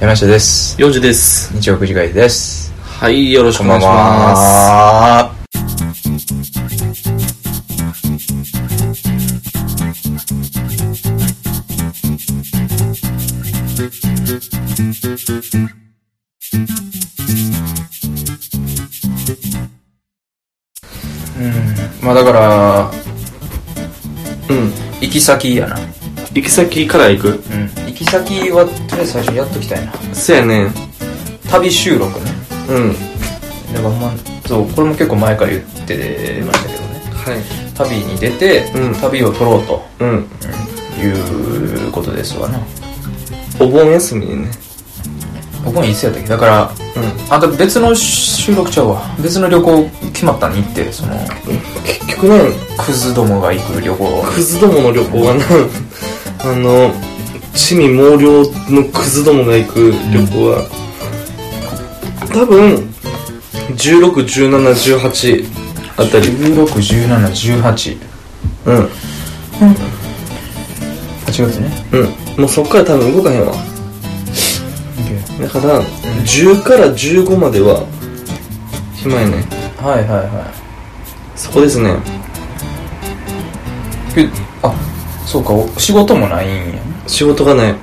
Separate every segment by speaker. Speaker 1: 山下です
Speaker 2: 4時です
Speaker 1: 日曜9時会です
Speaker 2: はいよろしく
Speaker 1: こ
Speaker 2: お
Speaker 1: ん
Speaker 2: 願
Speaker 1: ば
Speaker 2: い
Speaker 1: ん
Speaker 2: しま
Speaker 1: はうんまあだから
Speaker 2: すうん
Speaker 1: 行き先やな
Speaker 2: 行き先から行く
Speaker 1: うん行き先はとりあえず最初やっときたいな
Speaker 2: せやねん
Speaker 1: 旅収録ね
Speaker 2: うん
Speaker 1: だからまあそうこれも結構前から言ってましたけどね
Speaker 2: はい
Speaker 1: 旅に出て、
Speaker 2: うん
Speaker 1: 旅を取ろうと
Speaker 2: うん
Speaker 1: いうことですわな
Speaker 2: お盆休みにね
Speaker 1: 僕もいつやったっけだから
Speaker 2: うん
Speaker 1: あと別の収録ちゃうわ別の旅行決まったに行ってその
Speaker 2: 結局な
Speaker 1: クズどもが行く旅行
Speaker 2: クズどもの旅行はな あの地味猛量のクズどもが行く旅行は多分161718あたり
Speaker 1: 161718
Speaker 2: うん
Speaker 1: 八月ね
Speaker 2: うんもうそっから多分動かへんわだから10から15までは暇やね
Speaker 1: はいはいは
Speaker 2: そこですね
Speaker 1: いけあそうかお仕事もないんやね
Speaker 2: 仕事がない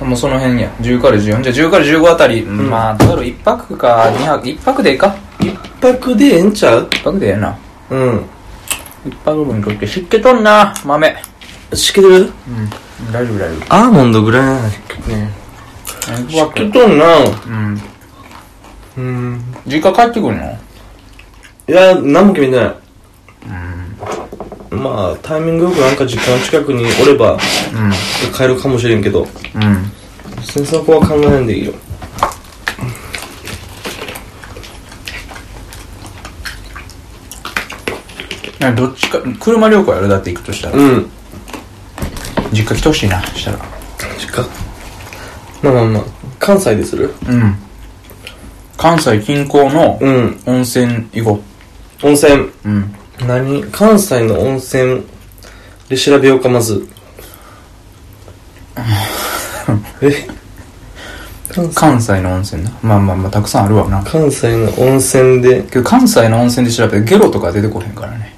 Speaker 1: もうその辺や10から14じゃあ10から15あたり、
Speaker 2: ん
Speaker 1: まあどうやろ1泊か2泊1泊でいいか
Speaker 2: 一泊でええんちゃう
Speaker 1: 1泊でええな
Speaker 2: うん
Speaker 1: 一泊分取って湿気とんな豆
Speaker 2: しけてる
Speaker 1: うん大丈夫大丈
Speaker 2: アーモンドぐらいなのね
Speaker 1: 夫わけ
Speaker 2: とんな
Speaker 1: うん
Speaker 2: うん
Speaker 1: 実家帰ってくるの
Speaker 2: いや、何も決めてない。まあ、タイミングよくなんか実家の近くにおれば、帰るかもしれんけど、
Speaker 1: うんうん
Speaker 2: 戦争は考えないんでいいよ。
Speaker 1: なんかどっちか車旅行やろだって行くとしたら、
Speaker 2: うん。
Speaker 1: 実家来てほしいなしたら
Speaker 2: 実家まあまあまあ、関西でする
Speaker 1: うん関西近郊の
Speaker 2: うん。
Speaker 1: 温泉行こ
Speaker 2: 温泉。
Speaker 1: ううん
Speaker 2: 何関西の温泉で調べようか、まず。え
Speaker 1: 関西の温泉なまあまあまあたくさんあるわな
Speaker 2: 関西の温泉で、
Speaker 1: けど関西の温泉で調べてゲロとか出てこへんからね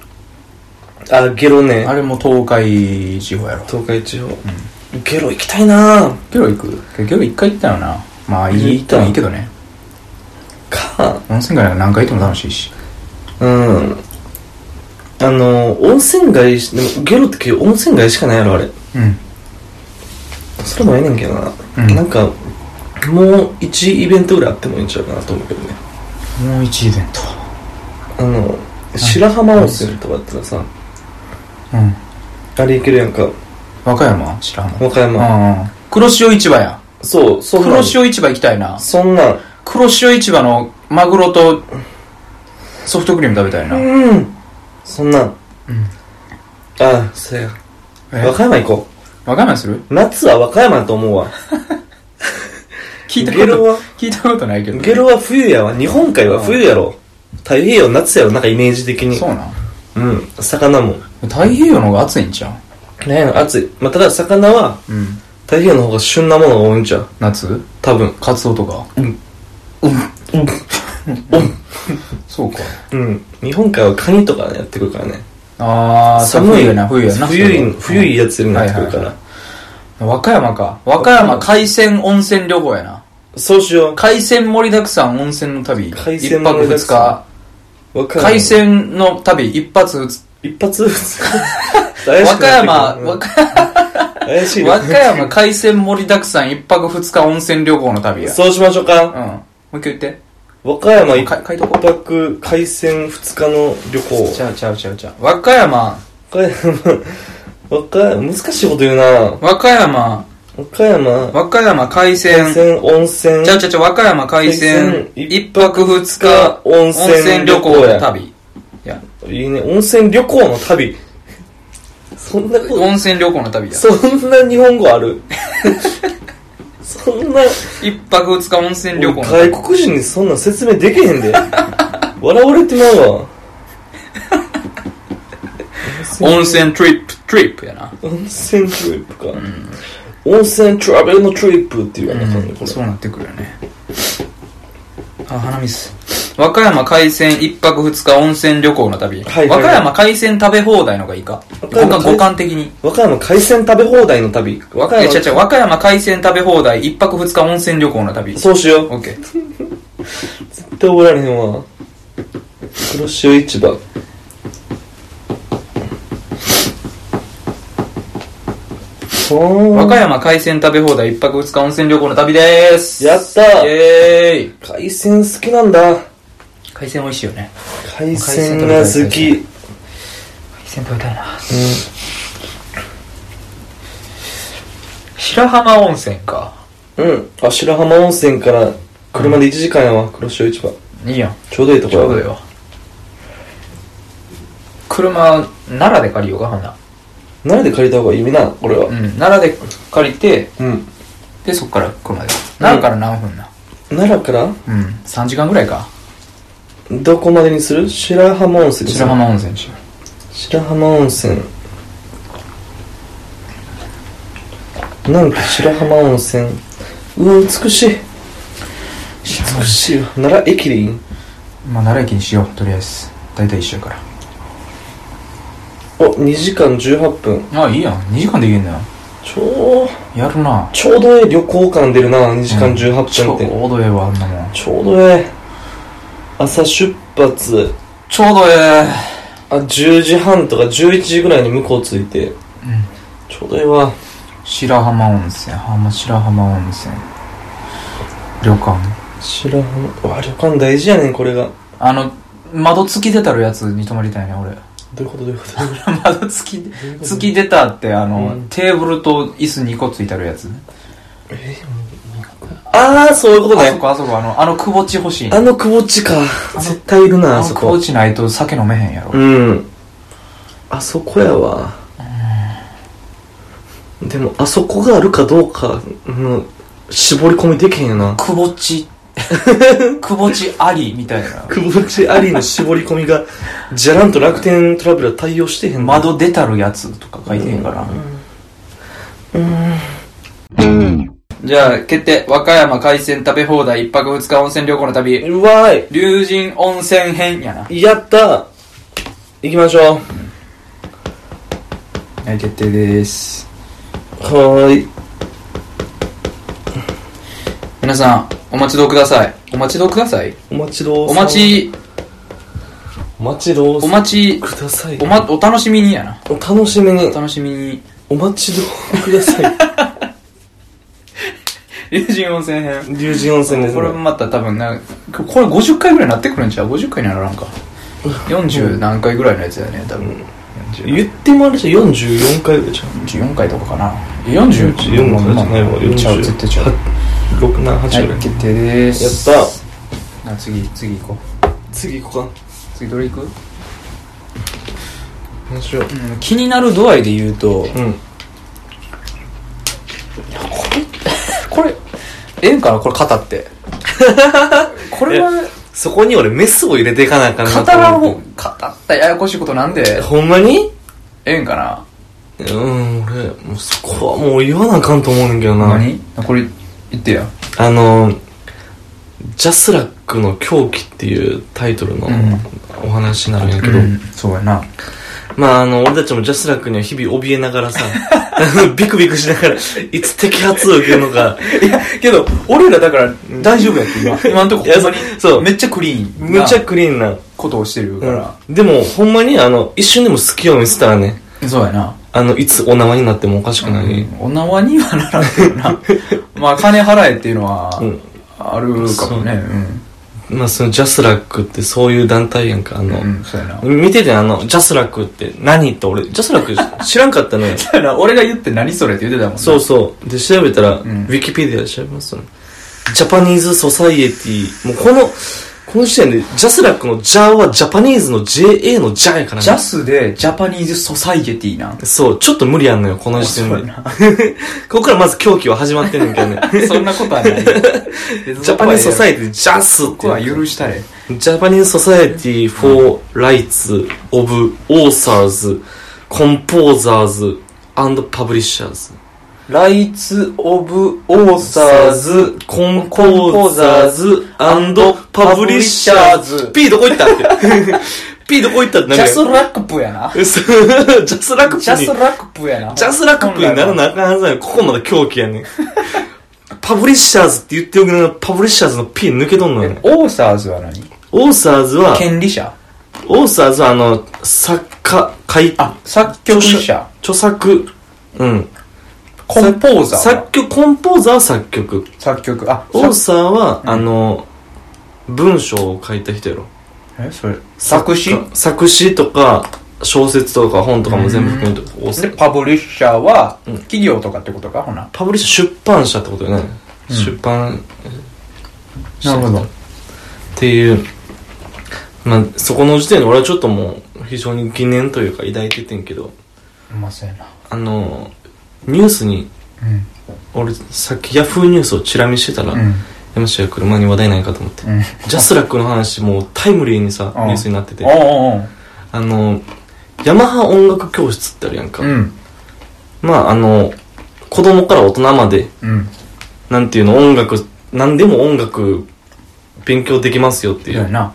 Speaker 2: あ、ゲロね
Speaker 1: あ。れも東海地方やろ
Speaker 2: 東海地方。ゲロ行きたいな
Speaker 1: ゲロ行くけどゲロ一回行ったよなまあいい行ったもいいけどね
Speaker 2: か
Speaker 1: 温泉街なんか何回行っても楽しいし
Speaker 2: うん。あの、温泉街し、でもゲロって結局温泉街しかないやろ、あれ。
Speaker 1: うん
Speaker 2: それもええねんけどな。
Speaker 1: うん
Speaker 2: なんか、もう一イベントぐらいあってもいいんちゃうかなと思うけどね。
Speaker 1: もう一イベント
Speaker 2: あの、白浜温泉とかだったらさ、
Speaker 1: うん
Speaker 2: あれ行けるやんか、
Speaker 1: 和歌山知らんの
Speaker 2: 和歌山。
Speaker 1: うんうん黒潮市場や
Speaker 2: そう、そんな
Speaker 1: 黒
Speaker 2: ん。
Speaker 1: 潮市場行きたいな
Speaker 2: そんなん。
Speaker 1: 黒潮市場のマグロとソフトクリーム食べたいな、
Speaker 2: うん。そんなん。ああ、そうや。
Speaker 1: え
Speaker 2: 和歌山行こ
Speaker 1: 和歌山する
Speaker 2: う。夏は和歌山だと思うわ。
Speaker 1: 聞いたこ
Speaker 2: ゲロ
Speaker 1: と
Speaker 2: は
Speaker 1: 聞いたことないけど
Speaker 2: ゲロは冬やわ。日本海は冬やろ。太平洋夏やろ、なんかイメージ的に。
Speaker 1: そうなん
Speaker 2: うん、魚も。
Speaker 1: 太平洋の方が暑いんちゃ
Speaker 2: ね暑い。まあ、ただ魚は
Speaker 1: ううん
Speaker 2: 太平洋の方が旬なものが多いんちゃう
Speaker 1: 夏
Speaker 2: 多分。
Speaker 1: カツオとかうんうんうんそうか
Speaker 2: うん。日本海はカニとかやってくるからね。
Speaker 1: ああ寒いよな冬やな
Speaker 2: 冬い、冬いやつになってくるか
Speaker 1: は
Speaker 2: ら。
Speaker 1: いはい和歌山か和歌山海鮮温泉旅行やな
Speaker 2: そうしよ
Speaker 1: 海鮮盛りだくさん温泉の旅
Speaker 2: 海
Speaker 1: 一
Speaker 2: 鮮盛
Speaker 1: 泊
Speaker 2: りだ
Speaker 1: 二
Speaker 2: くさ
Speaker 1: 日
Speaker 2: う。和歌山
Speaker 1: 海。鮮の旅一発二
Speaker 2: 一発撃つ。
Speaker 1: 日
Speaker 2: 怪し
Speaker 1: 和
Speaker 2: く
Speaker 1: 歌
Speaker 2: な
Speaker 1: 山
Speaker 2: ってくる
Speaker 1: 和歌
Speaker 2: うん怪しいね
Speaker 1: 和歌山海鮮盛りだくさん一泊二日温泉旅行の旅や
Speaker 2: そうしましょう
Speaker 1: うん
Speaker 2: か。
Speaker 1: もう一回言って
Speaker 2: 和歌山一
Speaker 1: か書いとこう
Speaker 2: 泊海鮮二日の旅行。
Speaker 1: ちゃうちゃうちゃうちゃう和歌山
Speaker 2: 和歌山、 和歌山、難しいこと言うな和
Speaker 1: 和歌山
Speaker 2: 歌山、
Speaker 1: 和歌山海鮮
Speaker 2: 海鮮温泉
Speaker 1: ちゃうちゃうちゃう和歌山海鮮
Speaker 2: 海鮮
Speaker 1: 一泊二日
Speaker 2: 温
Speaker 1: 温
Speaker 2: 泉
Speaker 1: 泉旅行の旅いや
Speaker 2: いいね、温泉旅行の旅。そんなこと、
Speaker 1: 温泉旅行の旅だ
Speaker 2: そんな日本語 あるそんな、
Speaker 1: 一泊二日温泉旅行の旅
Speaker 2: 外国人にそんな説明できへんで。笑われてまうわ。
Speaker 1: 温泉トリップトリップやな
Speaker 2: 温泉グループか。温泉トラベルのトリップっていうような感じ、
Speaker 1: うん、
Speaker 2: これ
Speaker 1: そうなってくるよねあ鼻水和歌山海鮮1泊2日温泉旅行の旅、
Speaker 2: はいはいはい
Speaker 1: 和歌山海鮮食べ放題のがいいか
Speaker 2: 和歌
Speaker 1: 五
Speaker 2: 山
Speaker 1: 感
Speaker 2: 海
Speaker 1: 五感的に
Speaker 2: 和歌山海鮮食べ放題の旅和歌
Speaker 1: え違う
Speaker 2: 山
Speaker 1: 違う和歌山海鮮食べ放題1泊2日温泉旅行の旅
Speaker 2: そうしよう
Speaker 1: オッケー
Speaker 2: 絶対おられへんわ黒潮市場ほ
Speaker 1: 和
Speaker 2: ー
Speaker 1: 歌山海鮮食べ放題1泊2日温泉旅行の旅でーす
Speaker 2: やった
Speaker 1: イエーイ
Speaker 2: 海鮮好きなんだ
Speaker 1: 海鮮美味しいよね
Speaker 2: 海鮮が好き、うん、
Speaker 1: 海鮮食べたいな白浜温泉か
Speaker 2: うん。あ、白浜温泉から車で1時間やわ、黒潮市場。
Speaker 1: いいやん
Speaker 2: ちょうどいいとこ
Speaker 1: ちょ
Speaker 2: ろ
Speaker 1: うどよ車奈良で借りようかほんな
Speaker 2: 奈良で借りた方がいいな、これは。
Speaker 1: うん奈良で借りて
Speaker 2: うん。
Speaker 1: でそっから車で奈良から何分な
Speaker 2: 奈良から
Speaker 1: うん3時間ぐらいか
Speaker 2: どこまでにする白浜温泉にする
Speaker 1: 白浜温泉中
Speaker 2: 白浜温泉なんか白浜温泉うわ美しい美しいわ奈良駅でいいん
Speaker 1: まあ奈良駅にしようとりあえず大体一緒やから
Speaker 2: お2時間18分
Speaker 1: ああいいやん2時間で行けんだよ
Speaker 2: ちょう
Speaker 1: やるな
Speaker 2: ちょうどええ旅行感出るな2時間
Speaker 1: ち
Speaker 2: 18分
Speaker 1: ょ
Speaker 2: っ
Speaker 1: う
Speaker 2: て、
Speaker 1: どええわあんなもん
Speaker 2: ちょうどええ朝出発
Speaker 1: ちょうどえ
Speaker 2: あ10時半とか11時ぐらいに向こう着いて
Speaker 1: えうん
Speaker 2: ちょうどええわ
Speaker 1: 白浜温泉浜白浜温泉旅館
Speaker 2: 白浜うわ旅館大事やねんこれが
Speaker 1: あの窓突き出たるやつに泊まりたいね俺
Speaker 2: どういうことどういうことどういうこ
Speaker 1: 窓突き出
Speaker 2: とどういうこと
Speaker 1: 突き出たってあの、
Speaker 2: うん
Speaker 1: テーブルと椅子2個ついたるやつ
Speaker 2: ああ、そういうこと
Speaker 1: あそ
Speaker 2: ね。
Speaker 1: こあそこあのあのくぼち欲しい
Speaker 2: あのくぼっちか。
Speaker 1: の
Speaker 2: 絶対いるな、
Speaker 1: あ
Speaker 2: あ
Speaker 1: の
Speaker 2: そ
Speaker 1: くぼ
Speaker 2: こ。
Speaker 1: ちないと酒飲めへんやろ、
Speaker 2: うん。あそこやわ。でも、あそこがあるかどうかの絞り込みできへんよな。
Speaker 1: くぼちくぼちありみたいな
Speaker 2: くぼっちありの絞り込みが、じゃらんと楽天トラベルは対応してへんな。
Speaker 1: 窓出たるやつとか書いてへんから、じゃあ決定和歌山海鮮食べ放題1泊2日温泉旅行の旅
Speaker 2: うわー。
Speaker 1: 龍神温泉編やない
Speaker 2: やった行きましょう。
Speaker 1: はい決定です
Speaker 2: はーい。
Speaker 1: 皆さんお待ちどうくださいお待ちどうください
Speaker 2: お待ちどう
Speaker 1: お
Speaker 2: さん
Speaker 1: 待。ち
Speaker 2: お待ちどうさ
Speaker 1: お
Speaker 2: ん
Speaker 1: 待ち
Speaker 2: ください。
Speaker 1: おまお楽しみにやな
Speaker 2: お楽しみに
Speaker 1: お。楽しみに
Speaker 2: お待ちどうください。
Speaker 1: 龍神温泉編
Speaker 2: 龍神温泉です
Speaker 1: これもまた多分なこれ50回ぐらいになってくるんちゃう50回にはならんか40何回ぐらいのやつだよね多分
Speaker 2: 言ってもあれじゃん44回ぐらいじゃん
Speaker 1: 44回とかかな44
Speaker 2: 44回じゃないわ
Speaker 1: ちゃう絶対ちゃうは
Speaker 2: 678ぐら
Speaker 1: い
Speaker 2: い
Speaker 1: 決定です
Speaker 2: やった
Speaker 1: あ次次行こう
Speaker 2: 次行こうか
Speaker 1: 次どれ行く、
Speaker 2: 何しよ
Speaker 1: う
Speaker 2: う
Speaker 1: ん、気になる度合いで言うと
Speaker 2: うん
Speaker 1: これええんかなこれ語って これは
Speaker 2: そこに俺メスを入れていかなあかん
Speaker 1: 語
Speaker 2: なと
Speaker 1: らん方
Speaker 2: 思
Speaker 1: 語
Speaker 2: って
Speaker 1: ったややこしいことなんで
Speaker 2: ほんまに
Speaker 1: ええんかな
Speaker 2: うん俺もうそこはもう言わなあかんと思うねんけどな
Speaker 1: 何これ言ってや
Speaker 2: あのジャスラックの狂気っていうタイトルの
Speaker 1: うん
Speaker 2: お話になるんやけど、
Speaker 1: うんそうやな
Speaker 2: まああの、俺たちもジャスラックには日々怯えながらさ、 あのビクビクしながら、いつ摘発を受けるのか、
Speaker 1: いやけど俺らだから大丈夫やって今 今んとこ
Speaker 2: いや
Speaker 1: ほんまに
Speaker 2: そうそう
Speaker 1: めっちゃクリーン
Speaker 2: む
Speaker 1: な
Speaker 2: ちゃクリーンな。
Speaker 1: ことをしてるから、
Speaker 2: でも、ほんまにあの、一瞬でも好きを見せたらね、
Speaker 1: そうやな
Speaker 2: あの、いつお縄になってもおかしくない。
Speaker 1: お縄にはならんけど なまあ金払えっていうのは
Speaker 2: うん
Speaker 1: あるかもねうん
Speaker 2: まあ、そのジャスラックってそういう団体やんか、あの、
Speaker 1: うんそうやな
Speaker 2: 見ててあの、ジャスラックって何って俺、ジャスラック知らんかったのよ。
Speaker 1: そうやな俺が言って何それって言ってたもんな
Speaker 2: そうそう。で、調べたら、
Speaker 1: ん
Speaker 2: ウィキペディアで調べますよね。ジャパニーズ・ソサイエティ。もうこの、この時点で、ジャスラックのジャーはジャパニーズの JA のジャーやからね
Speaker 1: ジャスでジャパニーズソサイエティなん
Speaker 2: そう、ちょっと無理やんのよ、この時
Speaker 1: そ
Speaker 2: 点
Speaker 1: うや
Speaker 2: で。
Speaker 1: な
Speaker 2: ここからまず狂気は始まってんねんけどね。
Speaker 1: そんなことは ない。
Speaker 2: ジャパニーズ・ソサ
Speaker 1: イ
Speaker 2: イエティ・ジャスっ
Speaker 1: 僕は
Speaker 2: て
Speaker 1: 許したれ。
Speaker 2: ジャパニーズ・ソサイエティ・フォー・ライツ・オブ・オーサーズ・コンポーザーズ・アンド・パブリッシャーズライツ・オブ・オーサーズ・コンポーザーズ・アンド・パブリッシャーズ。P どこ行ったって。P どこ行ったって
Speaker 1: ジ
Speaker 2: な
Speaker 1: ャ
Speaker 2: る
Speaker 1: スラップやな。
Speaker 2: ジャスラックに。
Speaker 1: ジャスラップやな。
Speaker 2: ジャスラックにならなあかんはずなのにここまで狂気 やねん。パブリッシャーズって言っておきながら、パブリッシャーズの P 抜けとんの
Speaker 1: 本来
Speaker 2: よ
Speaker 1: は。。えオーサーズは何
Speaker 2: オーサーズは、
Speaker 1: 権利者
Speaker 2: オーサーズはあの、作家、会、
Speaker 1: あ、作曲者。
Speaker 2: 著作、うん。
Speaker 1: コンポーザーは
Speaker 2: 作曲、コンポーザーは作曲。
Speaker 1: 作曲。あ、
Speaker 2: オー
Speaker 1: 作
Speaker 2: サーは、
Speaker 1: うん
Speaker 2: あの、文章を書いた人やろ。
Speaker 1: え、それ。作詞
Speaker 2: 作作詞とか、小説とか本とかも全部含めて、オーサ
Speaker 1: で、
Speaker 2: ー。
Speaker 1: パブリッシャーは
Speaker 2: うん、
Speaker 1: 企業とかってことか、ほな。
Speaker 2: パブリッシャー出版社ってことよね。
Speaker 1: うん
Speaker 2: 出版
Speaker 1: なるほど
Speaker 2: っていう、まあ、そこの時点で俺はちょっともう、非常に疑念というか抱いててんけど、
Speaker 1: うまそうやな。
Speaker 2: あの、ニュースに、
Speaker 1: うん。
Speaker 2: 俺、さっきヤフーニュースをチラ見してたら、
Speaker 1: うん。
Speaker 2: 山下が車に話題ないかと思って。
Speaker 1: うん。
Speaker 2: ジャスラックの話、もうタイムリーにさ、
Speaker 1: うん
Speaker 2: ニュースになってて、
Speaker 1: おうおう
Speaker 2: あの、ヤマハ音楽教室ってあるやんか。
Speaker 1: おう。うん。
Speaker 2: まあ、あの、子供から大人まで、
Speaker 1: うん。
Speaker 2: なんていうの、音楽、何でも音楽、勉強できますよって
Speaker 1: い
Speaker 2: い
Speaker 1: や
Speaker 2: う。
Speaker 1: な。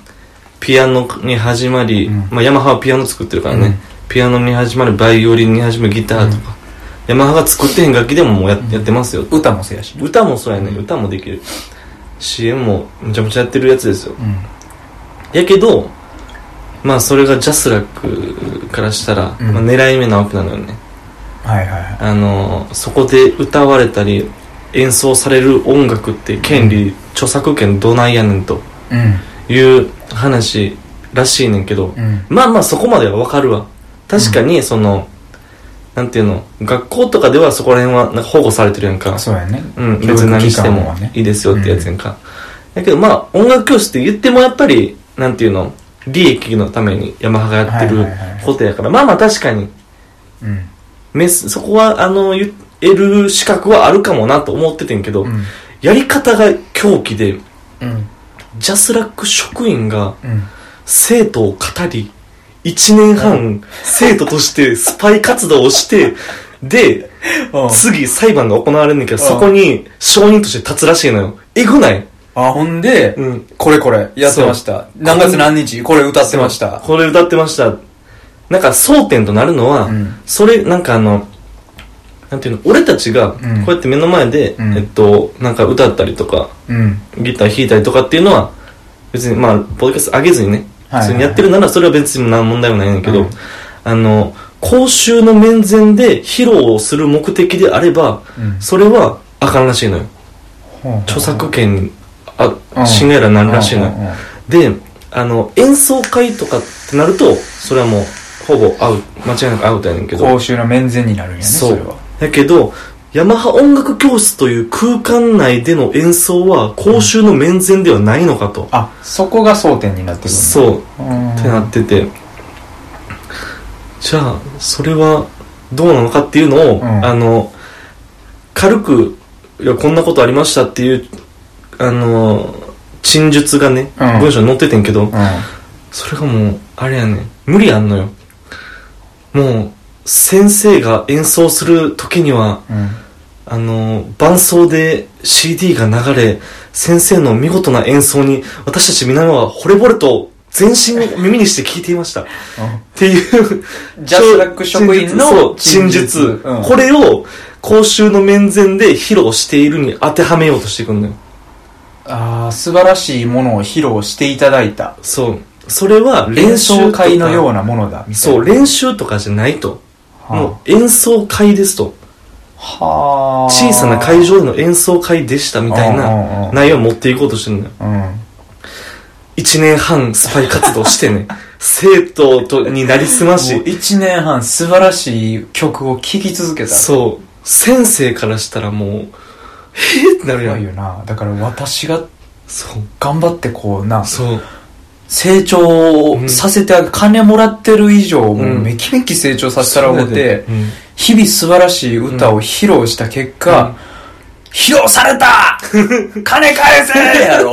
Speaker 2: ピアノに始まり、
Speaker 1: うん
Speaker 2: まあ、ヤマハはピアノ作ってるからね、
Speaker 1: うん
Speaker 2: ピアノに始まりバイオリンに始まりギターとか、ヤマハが作ってへん楽器でももうや,、やってますよ
Speaker 1: 歌もせやしね。
Speaker 2: 歌もそうやね、歌もできる CM もむちゃむちゃやってるやつですよ
Speaker 1: うん。
Speaker 2: やけどまあそれがジャスラックからしたら、
Speaker 1: うん
Speaker 2: まあ、狙い目なわけなのよね
Speaker 1: はいはいはい。
Speaker 2: あのそこで歌われたり演奏される音楽って権利、著作権どないやねんと
Speaker 1: う
Speaker 2: いう話らしいねんけど、
Speaker 1: ん。うん。
Speaker 2: まあまあそこまではわかるわ。確かにその、なんていうの、学校とかではそこら辺はなんか保護されてるやんか。
Speaker 1: そうやね。
Speaker 2: うん、別に何して
Speaker 1: 教育機関
Speaker 2: も
Speaker 1: はね
Speaker 2: いいですよってやつやんか。だけどまあ音楽教室って言ってもやっぱり、なんていうの、利益のためにヤマハがやってる
Speaker 1: はいはいはい
Speaker 2: ことやから、まあまあ確かに、
Speaker 1: うん。
Speaker 2: メス、そこはあの、言える資格はあるかもなと思っててんけど、
Speaker 1: うん。
Speaker 2: やり方が狂気で、
Speaker 1: うん。
Speaker 2: ジャスラック職員が、
Speaker 1: うん。
Speaker 2: 生徒を語り、一年半、生徒としてスパイ活動 をして、で、次裁判が行われるんだけど、
Speaker 1: うん
Speaker 2: そこに証人として立つらしいのよ。えぐない
Speaker 1: あ、ほんで、
Speaker 2: うん。
Speaker 1: これこれ、やってました。何月何日、これ歌ってました。
Speaker 2: これ歌ってました。なんか争点となるのは、
Speaker 1: うん
Speaker 2: それ、なんかあの、なんていうの、俺たちが、こ
Speaker 1: ん
Speaker 2: うやって目の前で、
Speaker 1: うん
Speaker 2: えっと、なんか歌ったりとか、
Speaker 1: うん。
Speaker 2: ギター弾いたりとかっていうのは、別にまあ、ポッドキャスト上げずにね、
Speaker 1: はいはい
Speaker 2: 普通にやってるならそれは別に何問題もないんだけ
Speaker 1: う
Speaker 2: ど、
Speaker 1: ん
Speaker 2: あの、講習の面前で披露をする目的であれば、
Speaker 1: うん
Speaker 2: それはあかんらしいのよ。著作権、あ、侵害らなるらしいのよ。で、あの、演奏会とかってなると、それはもう、ほぼアウト、間違いなくアウトやねんけど。
Speaker 1: 講習の面前になるんやね、そ
Speaker 2: そ
Speaker 1: れ
Speaker 2: う
Speaker 1: は。。
Speaker 2: だけど、ヤマハ音楽教室という空間内での演奏は公衆の面前ではないのかと。
Speaker 1: あ、そこが争点になってくるんだ。
Speaker 2: そ
Speaker 1: う
Speaker 2: う。
Speaker 1: ん。
Speaker 2: ってなってて。じゃあ、それはどうなのかっていうのを、
Speaker 1: うん
Speaker 2: あの、軽く、いや、こんなことありましたっていう、あの、陳述がね、
Speaker 1: うん
Speaker 2: 文章に載っててんけど、
Speaker 1: う
Speaker 2: それがもう、あれやねん無理あんのよ。もう、先生が演奏する時には、
Speaker 1: ん。うん。
Speaker 2: あの、伴奏で CD が流れ、先生の見事な演奏に、私たち皆は惚れ惚れと全身を耳にして聞いていました。っていう、
Speaker 1: ジャスラック職員の
Speaker 2: そう
Speaker 1: 陳
Speaker 2: 陳
Speaker 1: 述
Speaker 2: 述。
Speaker 1: うん
Speaker 2: これを、公衆の面前で披露しているに当てはめようとしてくるのよ。
Speaker 1: ああ、素晴らしいものを披露していただいた。
Speaker 2: そう。それは練
Speaker 1: 練
Speaker 2: 習と
Speaker 1: 習
Speaker 2: か
Speaker 1: 会のようなものだ。みたいな
Speaker 2: そう、練習とかじゃないと。も
Speaker 1: は
Speaker 2: う演奏会ですと。
Speaker 1: あはあ。
Speaker 2: 小さな会場での演奏会でしたみたい
Speaker 1: うんうんう
Speaker 2: なん内容を持っていこうとしてるのよ。
Speaker 1: うん。
Speaker 2: 一年半スパイ活動し てね、生徒とになりすま
Speaker 1: もう
Speaker 2: し、
Speaker 1: 一年半素晴らしい曲を聴き続けた。
Speaker 2: そう、先生からしたらもう、えー、ってなるや
Speaker 1: 怖い
Speaker 2: ん。
Speaker 1: よな。だから私が
Speaker 2: そう、
Speaker 1: 頑張ってこうな、
Speaker 2: そう、
Speaker 1: 成長をさせてあげ、金もらってる以上、もううんめきめき成長させたら思っ
Speaker 2: そうや
Speaker 1: て
Speaker 2: で、うん
Speaker 1: 日々素晴らしい歌を披露した結
Speaker 2: うん
Speaker 1: 果、披露され た金返せやろ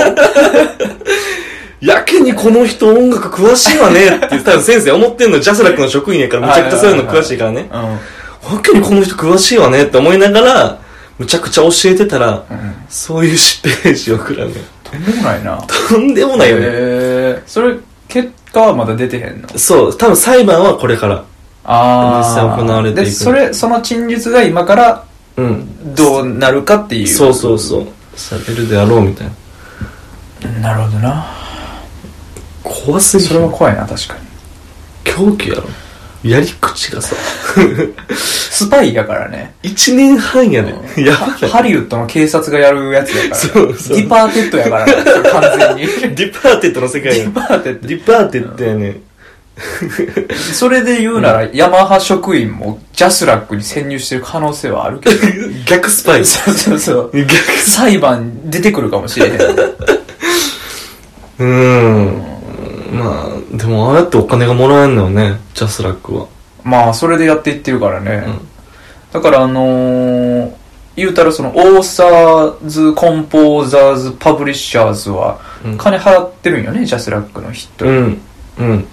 Speaker 2: やけにこの人音楽詳しいわねって多分先生思ってんの、ジャスラックの職員やからめちゃくちゃそういうの詳しいからね。
Speaker 1: うん。
Speaker 2: っけにこの人詳しいわねって思いながらむちゃくちゃ教えてたら
Speaker 1: うん
Speaker 2: そういう疾病返事を食らうね
Speaker 1: とんでもないな
Speaker 2: とんでもないよね、
Speaker 1: へえそれ結果はまだ出てへんの
Speaker 2: そう多分裁判はこれから
Speaker 1: ああ
Speaker 2: 実際行われていく
Speaker 1: でそれその陳述が今から
Speaker 2: うん
Speaker 1: どうなるかっていう
Speaker 2: そうそうそうされるであろうみたい
Speaker 1: な
Speaker 2: な
Speaker 1: るほどな
Speaker 2: 怖すぎ
Speaker 1: それ
Speaker 2: る
Speaker 1: は怖いな確かに
Speaker 2: 狂気やろやり口がさ
Speaker 1: スパイやからね
Speaker 2: 一年半やね
Speaker 1: うん
Speaker 2: やばない
Speaker 1: ハリウッドの警察がやるやつやから、ね、
Speaker 2: そうそう
Speaker 1: ディパーテッドやから、ね、それ完全に
Speaker 2: ディパーテッドの世界や
Speaker 1: ディ
Speaker 2: ね
Speaker 1: パーテッ
Speaker 2: ディパーテッドやね
Speaker 1: ドそれで言うなら、ヤマハ職員もジャスラックに潜入してる可能性はあるけど
Speaker 2: 逆スパ イ
Speaker 1: そうそうそう
Speaker 2: 逆
Speaker 1: 裁判出てくるかもしれ へん
Speaker 2: うーんまあでもああやってお金がもらえんのよねジャスラックは
Speaker 1: まあそれでやっていってるからね、
Speaker 2: うん
Speaker 1: だからあのー、言うたらそのオーサーズ・コンポーザーズ・パブリッシャーズは
Speaker 2: うん
Speaker 1: 金払ってるんよね、ジャスラックの人、
Speaker 2: うんうん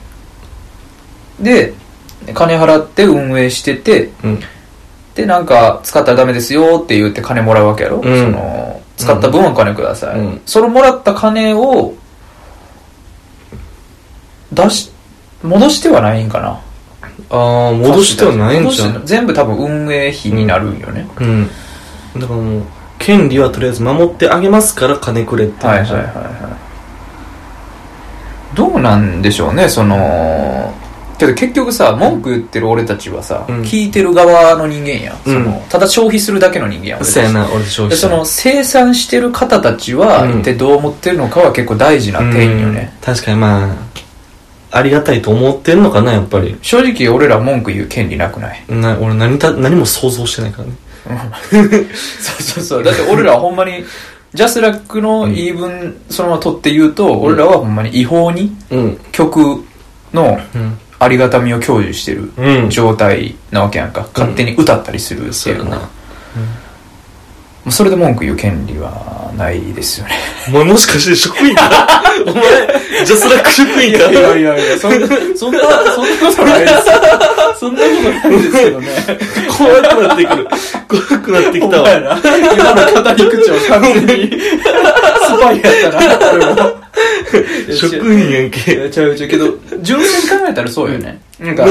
Speaker 1: で金払って運営してて
Speaker 2: うん
Speaker 1: でなんか使ったらダメですよって言って金もらうわけやろ、
Speaker 2: うん
Speaker 1: その使った分は金ください、
Speaker 2: うん
Speaker 1: そのもらった金を出し戻してはないんかな
Speaker 2: ああ戻してはないん
Speaker 1: 戻し
Speaker 2: じ
Speaker 1: て
Speaker 2: ゃ
Speaker 1: は
Speaker 2: ん
Speaker 1: 全部多分運営費になるんよね、
Speaker 2: うんだからもう権利はとりあえず守ってあげますから金くれって
Speaker 1: はいは
Speaker 2: 感
Speaker 1: い
Speaker 2: じ
Speaker 1: はいはいどうなんでしょうねそのけど結局さ文句言ってる俺たちはさ、
Speaker 2: うん
Speaker 1: 聞いてる側の人間やん、
Speaker 2: うん
Speaker 1: そのただ消費するだけの人間やん俺たち
Speaker 2: そうやな俺消
Speaker 1: で
Speaker 2: 費
Speaker 1: そ
Speaker 2: 者
Speaker 1: の生産してる方たちは
Speaker 2: うん
Speaker 1: 一体どう思ってるのかは結構大事な点よね、
Speaker 2: うん確かにまあありがたいと思ってんのかなやっぱり
Speaker 1: 正直俺ら文句言う権利なくない
Speaker 2: な俺何た何も想像してないからね
Speaker 1: そうそうそうだって俺らはほんま にジャスラックの言い分そのまま取って言うと、俺らはほんまに違法に
Speaker 2: うん
Speaker 1: 曲の
Speaker 2: うん
Speaker 1: ありがたみを享受してる
Speaker 2: うん
Speaker 1: 状態なわけやんか勝手に歌ったりするって
Speaker 2: そう
Speaker 1: い
Speaker 2: や
Speaker 1: うのは、
Speaker 2: な
Speaker 1: もうそれで文句言う権利はないですよね
Speaker 2: お前もしかして職員かお前ジャスラック職員か
Speaker 1: いやいやそんなそんなそんなことない ですそんなことないですけどね
Speaker 2: 怖くなってくる怖くなってきた
Speaker 1: お
Speaker 2: わ
Speaker 1: 前ら今の語り口を完全にス パイやったなこれも
Speaker 2: 職員やんけ
Speaker 1: ちゃうちゃうけど純粋に考えたらそうよねなんか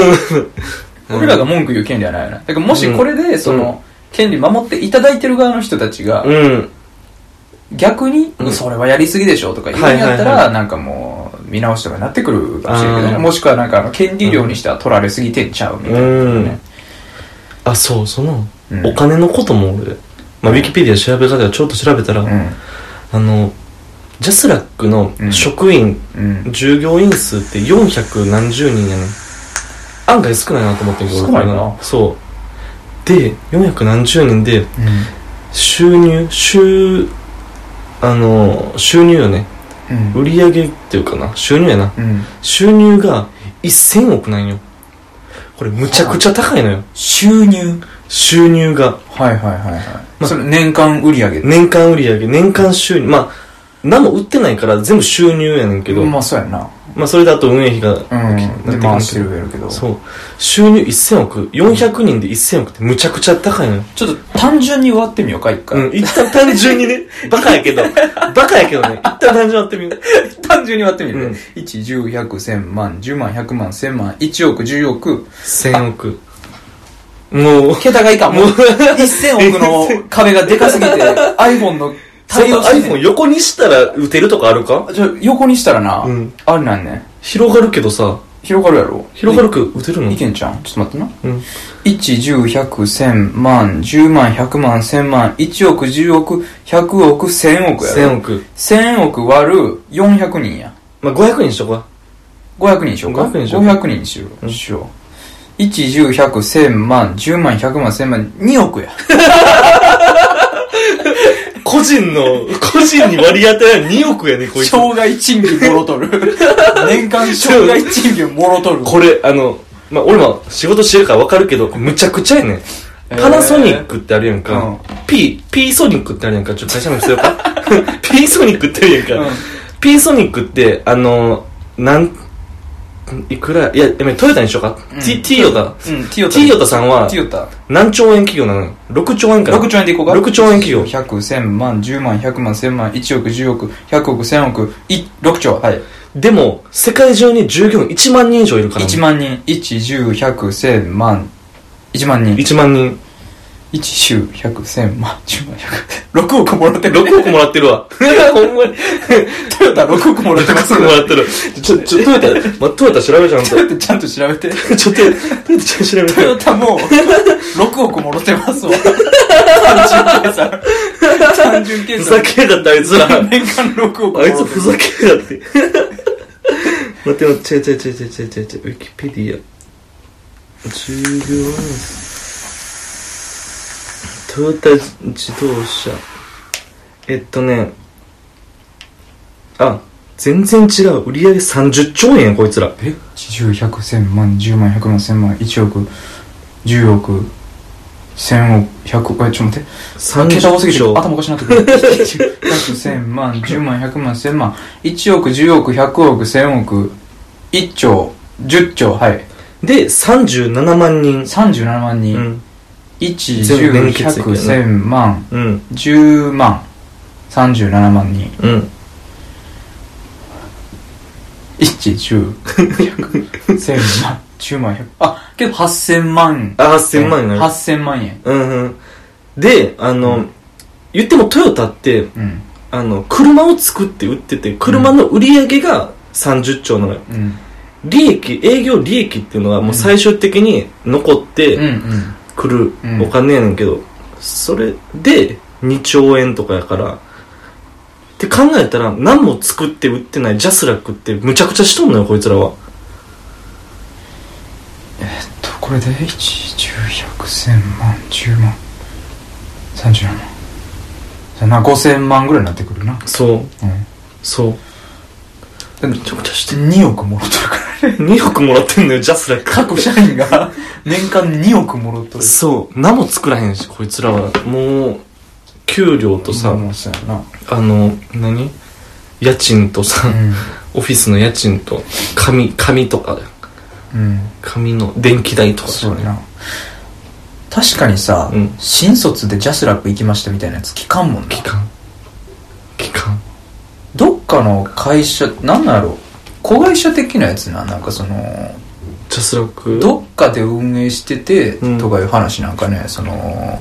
Speaker 1: 俺らが文句言う権利はないよねだからもしこれでその、権利守っていただいてる側の人たちが、
Speaker 2: うん
Speaker 1: 逆に、
Speaker 2: うん
Speaker 1: それはやりすぎでしょとか言うんやったら、
Speaker 2: はいはいは
Speaker 1: なんかもう見直しとかになってくるかもしれないけどね
Speaker 2: あー
Speaker 1: もしくはなんかあの権利量にしては取られすぎてんちゃうみたいな、ね
Speaker 2: あそうその、
Speaker 1: うん
Speaker 2: お金のことも俺、まあ、ウィキペディア調べ方でちょっと調べたら、あのジャスラックの職員、
Speaker 1: うんうん
Speaker 2: 従業員数って400何十人やねん案外少ないなと思ってんけど
Speaker 1: 少ないな
Speaker 2: 俺これそうで400何十人で収入収あの収入よね
Speaker 1: うん
Speaker 2: 売上っていうかな収入やな
Speaker 1: うん
Speaker 2: 収入が1000億なんよこれむちゃくちゃ高いのよ
Speaker 1: 収入
Speaker 2: 収入が
Speaker 1: はいはいはいはい、
Speaker 2: ま
Speaker 1: それ年間売り上げ
Speaker 2: 年間売上年間収入まあ何も売ってないから全部収入やねんけど、
Speaker 1: まあそうやな
Speaker 2: まあそれだと運営費が
Speaker 1: うん
Speaker 2: なって
Speaker 1: で
Speaker 2: くる
Speaker 1: 回
Speaker 2: んだ
Speaker 1: して
Speaker 2: けど
Speaker 1: るやるけど
Speaker 2: そう収入1000億400人で1000億ってむちゃくちゃ高いのよ
Speaker 1: ちょっと単純に割ってみようか一回、
Speaker 2: うん、一旦単純に ね、バカやけど、バカやけどね、一旦単純にやってみよう。
Speaker 1: 単純に割ってみる、
Speaker 2: うん
Speaker 1: ね一1 0 1 0 1 0万10万100万1000万1億10億
Speaker 2: 1000億。もう、
Speaker 1: 桁がいかんもう
Speaker 2: もう
Speaker 1: 1000億 の壁がでかすぎて iPhone の
Speaker 2: そ
Speaker 1: 対
Speaker 2: の
Speaker 1: 応して
Speaker 2: iPhone 横にしたら打てるとかあるか
Speaker 1: じゃあ横にしたらな、
Speaker 2: うん
Speaker 1: あれなんね
Speaker 2: 広がるけどさ、
Speaker 1: 広がるやろ
Speaker 2: 広がるけど打てるの
Speaker 1: いいけんちゃんちょっと待ってな
Speaker 2: うん。
Speaker 1: 110100100万10万100万1000万1億10億100億1000億やろ
Speaker 2: 1000億。
Speaker 1: 1000億割る400人や
Speaker 2: まあ、500人にしとこうか。
Speaker 1: 500人にしようか
Speaker 2: 500人にしよう
Speaker 1: 500人にしよう、しよう110100100万10万100万1000万2億や
Speaker 2: 個人の、個人に割り当てられる2億やね、こいつ。
Speaker 1: 障害賃金もろとる 年間障害賃金もろとる
Speaker 2: これ、あの、まあ、俺も仕事してるからわかるけど、むちゃくちゃやねん。パナソニックってあるやん
Speaker 1: うん
Speaker 2: か。P、P ソニックってあるやんか。ちょっと会社名伏せようか。P ソニックってあるやん
Speaker 1: うん
Speaker 2: か。P ソニックって、あの、なん、いくら、いや、やめ、トヨタにしようか。
Speaker 1: うん
Speaker 2: T、T ヨタ。
Speaker 1: うん、ティオタ。
Speaker 2: T ヨタさんは
Speaker 1: ティオタ。
Speaker 2: 何兆円企業なの ?6 兆円かな
Speaker 1: 6兆円でいこうか。
Speaker 2: 6兆円企業。
Speaker 1: 100、1000万、10万、100万、1000万、1億、10億、100億、1000億、い6兆。はい。
Speaker 2: でも、世界中に従業員1万人以上いるから。
Speaker 1: 1万人、1、10、100、1000万、1万人、
Speaker 2: 1万人。
Speaker 1: 1、週、100、1000万、10万、100、6億もらってる。
Speaker 2: 6億もらってるわ。ほんまに。
Speaker 1: トヨタ6億もらってます。
Speaker 2: 6億もらってる。ちょ、ちょ、トヨタ、ま、トヨタ調べちゃんと
Speaker 1: ト。ヨタちゃんと調べて。
Speaker 2: ちょっと、トヨタちゃんと調べ
Speaker 1: ト
Speaker 2: て
Speaker 1: ヨ。タも6億もろてますわ。単純計算。単純計
Speaker 2: ふ
Speaker 1: 算
Speaker 2: ざ。けやがって、あいつら。あ
Speaker 1: 年間6億もろて
Speaker 2: い
Speaker 1: ま
Speaker 2: つ
Speaker 1: す
Speaker 2: ふざけやがって。待って待って、ちょいちょいちょいちょいちょいちょい、ウィキペディア。従業員数。トヨタ自動車。えっとね。あ、全然違う。売り上げ30兆円や、こいつら。
Speaker 1: え1 0 1 0 0 1 0万10万100万1000万1億10億1000億100億えちょっと待って桁多す
Speaker 2: 30
Speaker 1: ぎて
Speaker 2: 兆。
Speaker 1: 頭おかしなってくる100100万10万100万1000万1億10億100億1000億1兆10兆はい
Speaker 2: で、37万人。
Speaker 1: 37万人、
Speaker 2: うん。全部連結できるよね
Speaker 1: 1101000万
Speaker 2: うん。
Speaker 1: 10万37万人
Speaker 2: うん。
Speaker 1: 110 1000万10万100あけど8000万
Speaker 2: あ、8000万になる。
Speaker 1: 8000万円
Speaker 2: うんうん、であの、言ってもトヨタって
Speaker 1: うん
Speaker 2: あの車を作って売ってて車の売り上げが30兆なのよ
Speaker 1: うん
Speaker 2: 利益営業利益っていうのはもう最終的に残っ
Speaker 1: うん
Speaker 2: てくる
Speaker 1: うん
Speaker 2: お金やねんけど、それで2兆円とかやからって考えたら何も作って売ってないジャスラックってむちゃくちゃしとんのよこいつらは
Speaker 1: とこれで1101000万10万37万そんな5000万ぐらいになってくるな
Speaker 2: そう
Speaker 1: うん
Speaker 2: そう
Speaker 1: でも
Speaker 2: むちゃくちゃ して
Speaker 1: 2億もろとるから
Speaker 2: 2億もらってんのよジャスラック
Speaker 1: 各社員が年間2億もろとる
Speaker 2: そう何も作らへんしこいつらはもう給料とさ、
Speaker 1: もうそうやな
Speaker 2: あの何家賃とさ、
Speaker 1: うん
Speaker 2: オフィスの家賃と紙紙とか
Speaker 1: うん
Speaker 2: 紙の電気代とか
Speaker 1: そうやな確かにさ、
Speaker 2: うん
Speaker 1: 新卒でジャスラック行きましたみたいなやつ聞かんもんな
Speaker 2: 期間期間
Speaker 1: どっかの会社なんなんやろう子会社的なやつななんかその
Speaker 2: ジャスラック
Speaker 1: どっかで運営してて
Speaker 2: うん
Speaker 1: とかいう話なんかね、その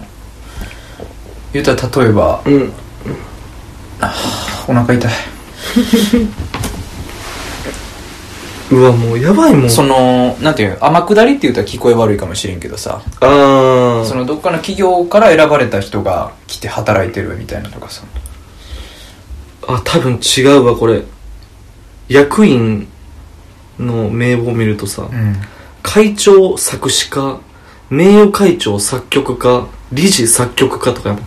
Speaker 1: 言うたら例えば
Speaker 2: うん
Speaker 1: お腹痛い、
Speaker 2: うわもうやばいもん
Speaker 1: そのなんていう天下りって言うたら聞こえ悪いかもしれんけどさ、
Speaker 2: あ
Speaker 1: そ
Speaker 2: あ
Speaker 1: のどっかの企業から選ばれた人が来て働いてるみたいなとかさ
Speaker 2: あ多分違うわこれ役員の名簿を見るとさ、
Speaker 1: うん
Speaker 2: 会長作詞家名誉会長作曲家理事作曲家とかやも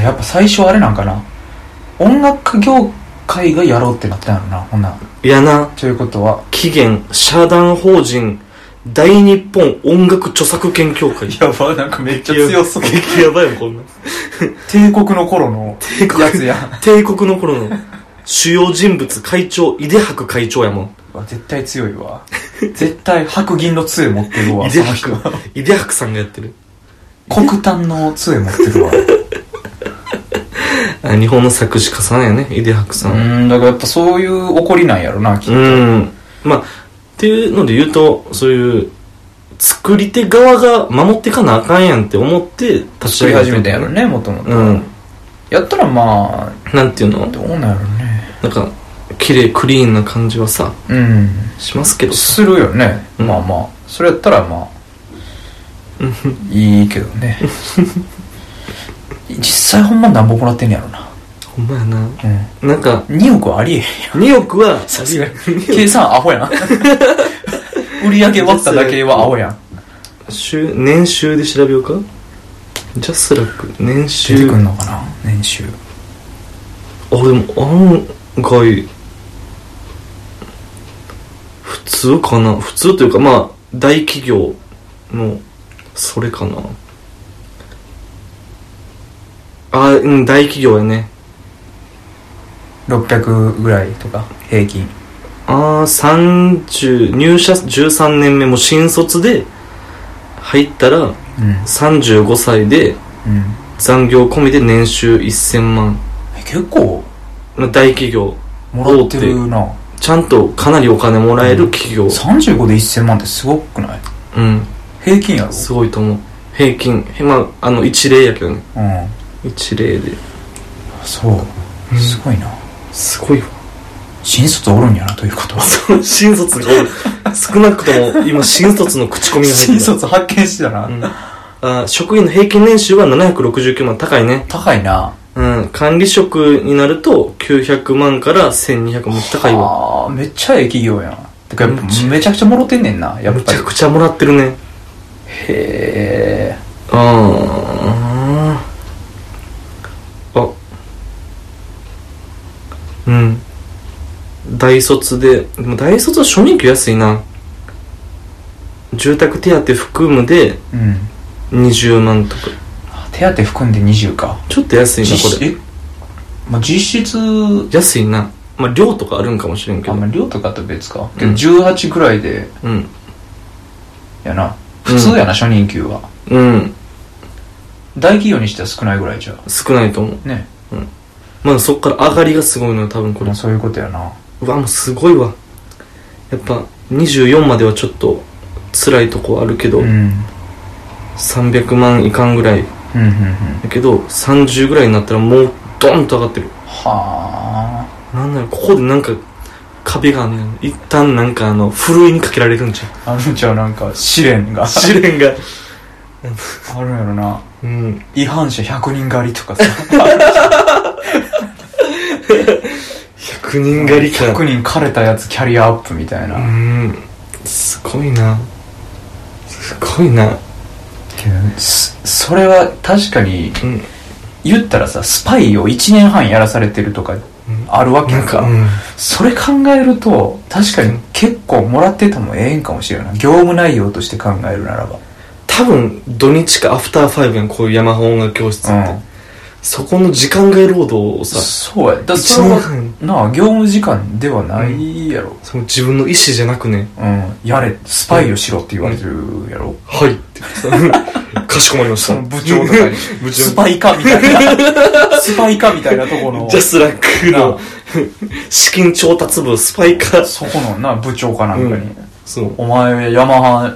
Speaker 2: ん
Speaker 1: やっぱ最初あれなんかな音楽業界がやろうってなったんやろなほんない
Speaker 2: やな
Speaker 1: ということは
Speaker 2: 期限社団法人大日本音楽著作権協会
Speaker 1: やばなんかめっ
Speaker 2: 激やばいもんこんなん
Speaker 1: 帝国の頃の
Speaker 2: 帝国
Speaker 1: やつや
Speaker 2: 帝国の頃の主要人物会長井出博会長やもん
Speaker 1: わ絶対強い わ絶対白銀の杖持ってるわ
Speaker 2: 井出
Speaker 1: その人は
Speaker 2: 博井出博さんがやってる
Speaker 1: 黒炭の杖持って るわう
Speaker 2: あ日本の作詞家さんやね井出博さん
Speaker 1: ーんだからやっぱそういう怒りなんやろなきっ
Speaker 2: う
Speaker 1: と
Speaker 2: んまあっていうので言うとそういう作り手側が守ってかなあかんやんって思って立
Speaker 1: 作り始めたんやろねもともと
Speaker 2: うん
Speaker 1: やったらまあ
Speaker 2: なんていうの
Speaker 1: どうなんやろね
Speaker 2: なんか綺麗クリーンな感じはさ
Speaker 1: うん
Speaker 2: しますけど
Speaker 1: するよね、
Speaker 2: うん
Speaker 1: まあまあそれやったらまあ
Speaker 2: うん
Speaker 1: いいけど ね実際ほんまなんぼもらってんねやろな
Speaker 2: ほんまやな
Speaker 1: う
Speaker 2: なんか
Speaker 1: ん2億はありえへん
Speaker 2: 2億は
Speaker 1: さすがに計算アホ やん売り上げ割っただけはアホやん
Speaker 2: 週年収で調べようかジャスラック年
Speaker 1: 出て
Speaker 2: 収
Speaker 1: くんのかな年収
Speaker 2: あでも案外普通かな普通というかまあ大企業のそれかなあうん大企業やね
Speaker 1: 600ぐらいとか平均
Speaker 2: ああ30入社13年目もう新卒で入ったら
Speaker 1: うん
Speaker 2: 35歳で
Speaker 1: うん
Speaker 2: 残業込みで年収1000万
Speaker 1: え結構
Speaker 2: まあ大企業
Speaker 1: もらってるな
Speaker 2: ちゃんとかなりお金もらえる企業
Speaker 1: 35で1000万ってすごくない
Speaker 2: うん
Speaker 1: 平均やろ
Speaker 2: すごいと思う平均へまああの一例やけどね
Speaker 1: うん
Speaker 2: 一例で
Speaker 1: そう
Speaker 2: うん
Speaker 1: すごいな
Speaker 2: すごいわ
Speaker 1: 新卒おるんやなということは
Speaker 2: 新卒がおる少なくとも今新卒の口コミが入って
Speaker 1: 新
Speaker 2: る
Speaker 1: 卒発見してたな、
Speaker 2: うんあ職員の平均年収は769万高いね
Speaker 1: 高いな
Speaker 2: うん管理職になると900万から1200万高い
Speaker 1: あ
Speaker 2: わ
Speaker 1: ーめっちゃええ企業やんてかやっぱ
Speaker 2: めっち
Speaker 1: めちゃくちゃもろてんねんなやっ
Speaker 2: め
Speaker 1: ぱ
Speaker 2: ち
Speaker 1: り
Speaker 2: ゃくちゃもらってるね
Speaker 1: へえ
Speaker 2: あああうん大卒ででも大卒は初任給安いな住宅手当含むで
Speaker 1: うん
Speaker 2: 20万とか
Speaker 1: 手当含んで20か
Speaker 2: ちょっと安いなこれ
Speaker 1: 実え、まあ、実質
Speaker 2: 安いなまあ量とかあるんかもしれんけ
Speaker 1: あ
Speaker 2: ど
Speaker 1: んまり量とかと別かけど
Speaker 2: うん
Speaker 1: 18くらいで
Speaker 2: うん
Speaker 1: やな普通やな、初任給は
Speaker 2: うん
Speaker 1: 大企業にしては少ないぐらいじゃ
Speaker 2: 少ないと思う
Speaker 1: ね
Speaker 2: まあそっから上がりがすごいのよ多分こ
Speaker 1: こ
Speaker 2: れ
Speaker 1: れそういうことやな
Speaker 2: うわもうすごいわやっぱ24まではちょっと辛いとこあるけど、
Speaker 1: うんうん
Speaker 2: 300万いかんぐらい
Speaker 1: うんうん
Speaker 2: だけど30ぐらいになったらもうドンと上がってる
Speaker 1: は
Speaker 2: なんだろうここでなんか壁があんねん一旦なんかあのふるいにかけられるんじゃ
Speaker 1: ああるんちゃうなんか試練 が
Speaker 2: ん試練が
Speaker 1: あるんやろな
Speaker 2: うん
Speaker 1: 違反者100人狩りとかさ
Speaker 2: 100人狩りか
Speaker 1: 100人狩れたやつキャリアアップみたいうな、
Speaker 2: んすごいなすごいな
Speaker 1: けどそそれは確かに
Speaker 2: うん
Speaker 1: 言ったらさスパイを1年半やらされてるとかあるわけ
Speaker 2: な
Speaker 1: や
Speaker 2: ん
Speaker 1: んか
Speaker 2: か、うん
Speaker 1: それ考えると確かに結構もらってたもええんかもしれんない業務内容として考えるならば
Speaker 2: 多分土日かアフターファイブやんこういう山本音楽教室って、
Speaker 1: うん
Speaker 2: そこの時間外労働をさ
Speaker 1: そうやだから
Speaker 2: 一
Speaker 1: それ
Speaker 2: 年
Speaker 1: は
Speaker 2: 半
Speaker 1: なあ業務時間ではないやろ、
Speaker 2: その自分の意思じゃなくね
Speaker 1: うんやれスパイをしろって言われてるやろ、
Speaker 2: はいってさ かしこまりまし
Speaker 1: そ
Speaker 2: た
Speaker 1: の部長 とかに
Speaker 2: 部長
Speaker 1: スパイかみたいなスパイかみたいなとこの
Speaker 2: ジャスラックの資金調達部スパイカ
Speaker 1: そこの な部長かなんかに、
Speaker 2: うそう
Speaker 1: お前はヤマハ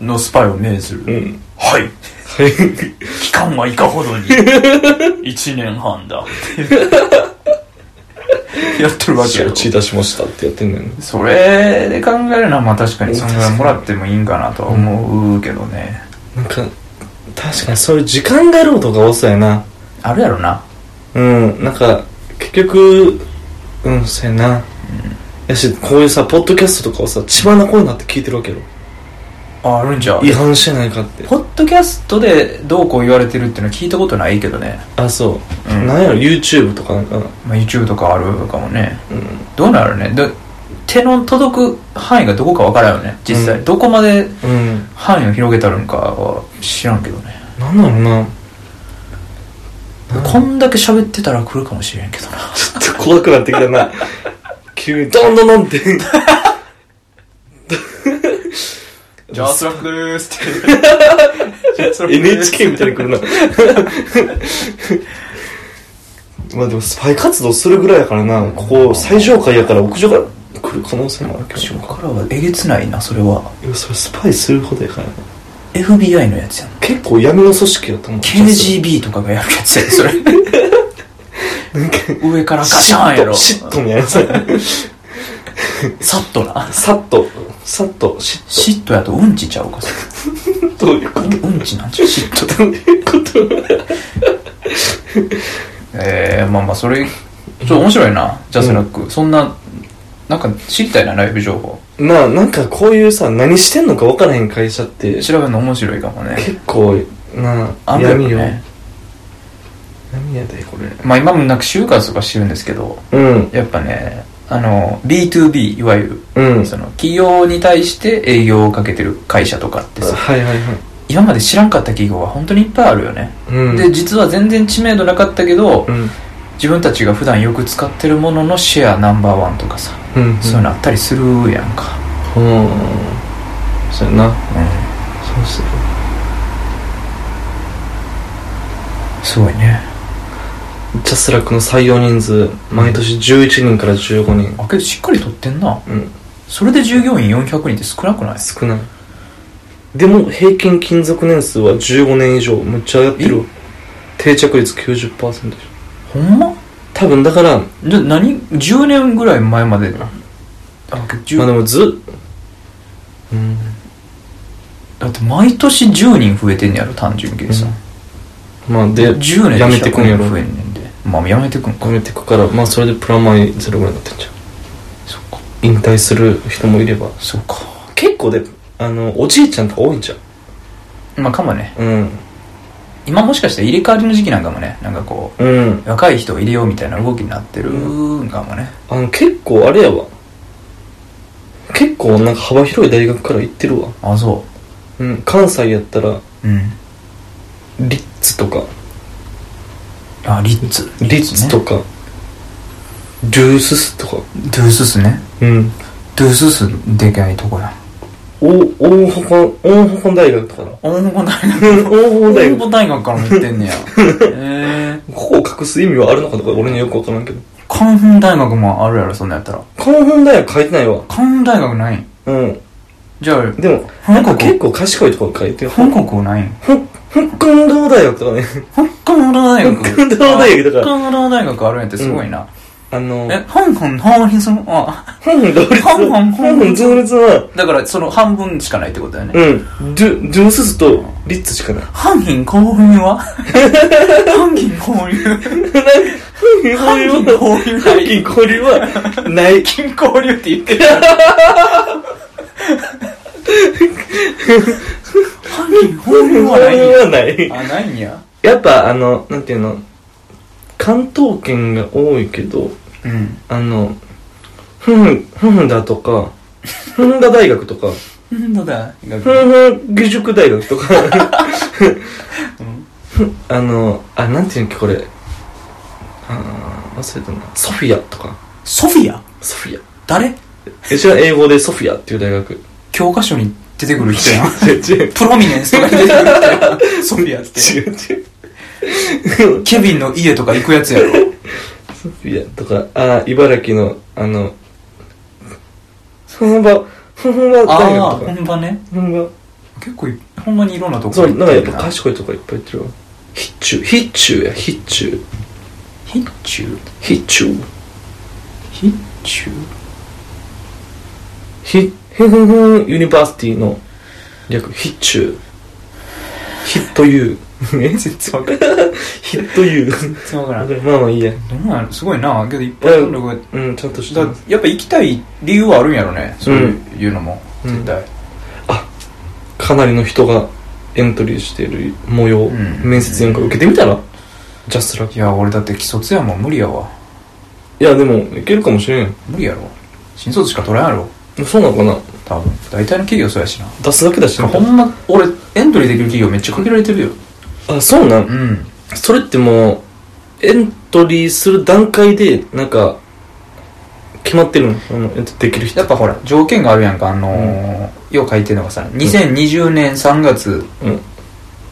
Speaker 1: のスパイを命ずる、
Speaker 2: うん
Speaker 1: はい
Speaker 2: はい
Speaker 1: 期間はいかほど に1年半だ やってるわけや
Speaker 2: 承
Speaker 1: ろ
Speaker 2: 知いたしましたってやってんだよね
Speaker 1: それで考えるのはまあ確かにそのぐらいもらってもいいんかなとは思うけどね、
Speaker 2: なんか確かにそういう時間外労働が多そうやな
Speaker 1: あるやろな
Speaker 2: うんなんか結局うんそうやな、やしこういうさポッドキャストとかをさ血花こうなって聞いてるわけよ
Speaker 1: ああるんじゃ
Speaker 2: 違反してないかって
Speaker 1: ポッドキャストでどうこう言われてるっていうのは聞いたことないけどね、
Speaker 2: あそうう、
Speaker 1: ん
Speaker 2: なんやろ YouTube とかなんかな
Speaker 1: まあ、YouTube とかあるかもね
Speaker 2: うん
Speaker 1: どうなるねで手の届く範囲がどこかわからんよね実際、
Speaker 2: うん
Speaker 1: どこまで
Speaker 2: うん
Speaker 1: 範囲を広げたるんかは知らんけどね、
Speaker 2: なんだろうな
Speaker 1: こんだけ喋ってたら来るかもしれんけどな
Speaker 2: ちょっと怖くなってきたな。急に、どんどんどんって。
Speaker 1: ジャスラックでーす って
Speaker 2: NHK みたいに来るな。まあでも、スパイ活動するぐらいだからな。ここ、最上階やから屋上から来る可能性もあるけど。
Speaker 1: 後ろからはえげつないなそれはい
Speaker 2: や、それスパイするほどやからな。
Speaker 1: FBI のやつやん
Speaker 2: 結構闇の組織だと思う。
Speaker 1: KGB とかがやるやつやんそ れ上からガシャンやろ
Speaker 2: シットみたいなさ。
Speaker 1: サッとな
Speaker 2: さっと、さっと、シッ
Speaker 1: 嫉妬やとうんちちゃうかそれ
Speaker 2: ト。どういうこと
Speaker 1: うんちなんちゃう嫉妬
Speaker 2: どういうこと
Speaker 1: ええまあまあそれちょっと面白いなジャスラック、そんななんか知りたいなライブ情報
Speaker 2: なあ、なんかこういうさ、何してんのか分からへん会社って、
Speaker 1: 調べるの面白いかもね
Speaker 2: 結構な
Speaker 1: あんまり
Speaker 2: 闇よ
Speaker 1: ね
Speaker 2: 闇やでこれ
Speaker 1: まあ今もなんか就活とかしてるんですけど
Speaker 2: うん
Speaker 1: やっぱねあの B2B いわゆ
Speaker 2: うん
Speaker 1: るその企業に対して営業をかけてる会社とかってさ
Speaker 2: はいはいはい
Speaker 1: 今まで知らんかった企業は本当にいっぱいあるよね、
Speaker 2: うん
Speaker 1: で実は全然知名度なかったけど、
Speaker 2: うん
Speaker 1: 自分たちが普段よく使ってるもののシェアナンバーワンとかさ、
Speaker 2: ううんうん
Speaker 1: そういうのあったりするやんか、
Speaker 2: うんそうやな
Speaker 1: うん、
Speaker 2: そうっすよ
Speaker 1: すごいね
Speaker 2: ジャスラックの採用人数毎年11人から15人
Speaker 1: あけどしっかり取ってんな
Speaker 2: うん
Speaker 1: それで従業員400人って少なくない
Speaker 2: 少ないでも平均勤続年数は15年以上むっちゃやってるわ定着率90%でしょ
Speaker 1: ほんま
Speaker 2: 多分だからま
Speaker 1: じゃあ何10年ぐらい前まであけど10
Speaker 2: あでもずうん
Speaker 1: だって毎年10人増えてんやろ単純計算、
Speaker 2: まあで
Speaker 1: 10年で
Speaker 2: やめてくんやろ
Speaker 1: 100人増えんねんでまあやめてくんか
Speaker 2: やめてくからまあそれでプラマイゼロぐらいになってんじゃん
Speaker 1: そっか
Speaker 2: 引退する人もいれば
Speaker 1: そうか
Speaker 2: 結構であのおじいちゃんとか多いんじゃん
Speaker 1: まあかもね
Speaker 2: うん
Speaker 1: 今もしかしたら入れ替わりの時期なんかもねなんかこ
Speaker 2: うん
Speaker 1: う若い人を入れようみたいな動きになってるんかもね
Speaker 2: あの結構あれやわ結構なんか幅広い大学から行ってるわ
Speaker 1: あそ
Speaker 2: うん関西やったら
Speaker 1: ううん
Speaker 2: リッツとか
Speaker 1: あリッツ
Speaker 2: リッツ
Speaker 1: ね
Speaker 2: とかデューススとか
Speaker 1: ドゥーススね
Speaker 2: うん
Speaker 1: ドゥーススでかいとこや
Speaker 2: お大阪大阪大学とかな
Speaker 1: 大阪大学
Speaker 2: 大阪大
Speaker 1: 大
Speaker 2: 学
Speaker 1: 阪大学から持って んねやええ
Speaker 2: ここを隠す意味はあるのかとか俺にはよくわからんけど
Speaker 1: 関本大学もあるやろそんなんやったら
Speaker 2: 関本大学書いてないわ
Speaker 1: 関本大学ないん
Speaker 2: うん
Speaker 1: じゃあ
Speaker 2: でもな
Speaker 1: 香
Speaker 2: んか結
Speaker 1: 港
Speaker 2: 構賢いところ書いてる
Speaker 1: 香港ないん
Speaker 2: ほ香港道大学とかね
Speaker 1: 香 港労働大学
Speaker 2: 香港労働大学だから
Speaker 1: 香港労働大学あるんやってすごいな、
Speaker 2: あの
Speaker 1: え香港法律のあ
Speaker 2: 香港同率
Speaker 1: 香港
Speaker 2: 香港同率は
Speaker 1: だからその半分しかないってことだよね、
Speaker 2: うんドゥドゥーススとリッツしかない
Speaker 1: 犯人公民 は犯人交流犯
Speaker 2: 犯
Speaker 1: 人交流な
Speaker 2: 犯
Speaker 1: い
Speaker 2: 人交流はない
Speaker 1: 金交流って言ってる犯人交流は
Speaker 2: 交
Speaker 1: ないん
Speaker 2: 流
Speaker 1: や
Speaker 2: はない
Speaker 1: あないんや
Speaker 2: やっぱあのなんていうの関東圏が多いけど
Speaker 1: うん
Speaker 2: あのふんふんふんふんだとかふんだ大学とか
Speaker 1: うんどうだ
Speaker 2: ふんふん義塾大学とか、あのあなんていうんだっけこれあー忘れたなソフィアとか
Speaker 1: ソフィア
Speaker 2: ソフィア
Speaker 1: 誰
Speaker 2: え知らん英語でソフィアっていう大学
Speaker 1: 教科書に出てくる人やん
Speaker 2: 違う違う
Speaker 1: プロミネンスとかに出てくる人やんソフィアって
Speaker 2: 違う違う
Speaker 1: ケビンの家とか行くやつや ろ
Speaker 2: ソフィアとかあー茨城のあのふんばふんば大
Speaker 1: ああ
Speaker 2: 学
Speaker 1: ほ
Speaker 2: とか
Speaker 1: んまね
Speaker 2: ふんば
Speaker 1: 結構いほんまにいろんなとこ
Speaker 2: そうなんかやっ
Speaker 1: る
Speaker 2: ぱ賢いとこいっぱい行ってるわ必中必中や必中
Speaker 1: 必中
Speaker 2: 必中
Speaker 1: 必中
Speaker 2: ひ、ふふふんユニバーシティの略、ヒッチュー。ヒットユー。え
Speaker 1: 全然わからん
Speaker 2: ヒットユー。
Speaker 1: 全然わからんど
Speaker 2: まあまあいいや。
Speaker 1: うなんやろすごいなけどいっぱいあるのが
Speaker 2: うん、ちゃんとして
Speaker 1: だ
Speaker 2: ます。
Speaker 1: やっぱ行きたい理由はあるんやろねそういうのも
Speaker 2: うん
Speaker 1: 絶対
Speaker 2: かなりの人がエントリーしている模様、
Speaker 1: ん
Speaker 2: 面接なんか受けてみたら、ジャスラック。
Speaker 1: いや俺だって既卒やもん無理やわ
Speaker 2: いや、でも、いけるかもしれんよ
Speaker 1: 無理やろ新卒しか取らんやろ
Speaker 2: そうなのかな
Speaker 1: 多分大体の企業そうやしな
Speaker 2: 出すだけだしな
Speaker 1: ほんま俺エントリーできる企業めっちゃ限られてるよ
Speaker 2: あ、そうなん、
Speaker 1: うん
Speaker 2: それってもう、エントリーする段階で、なんか、決まってるのあの、エントリーできる人。
Speaker 1: やっぱほら条件があるやんかあのーよう書いてるのがさ2020年3月
Speaker 2: うん。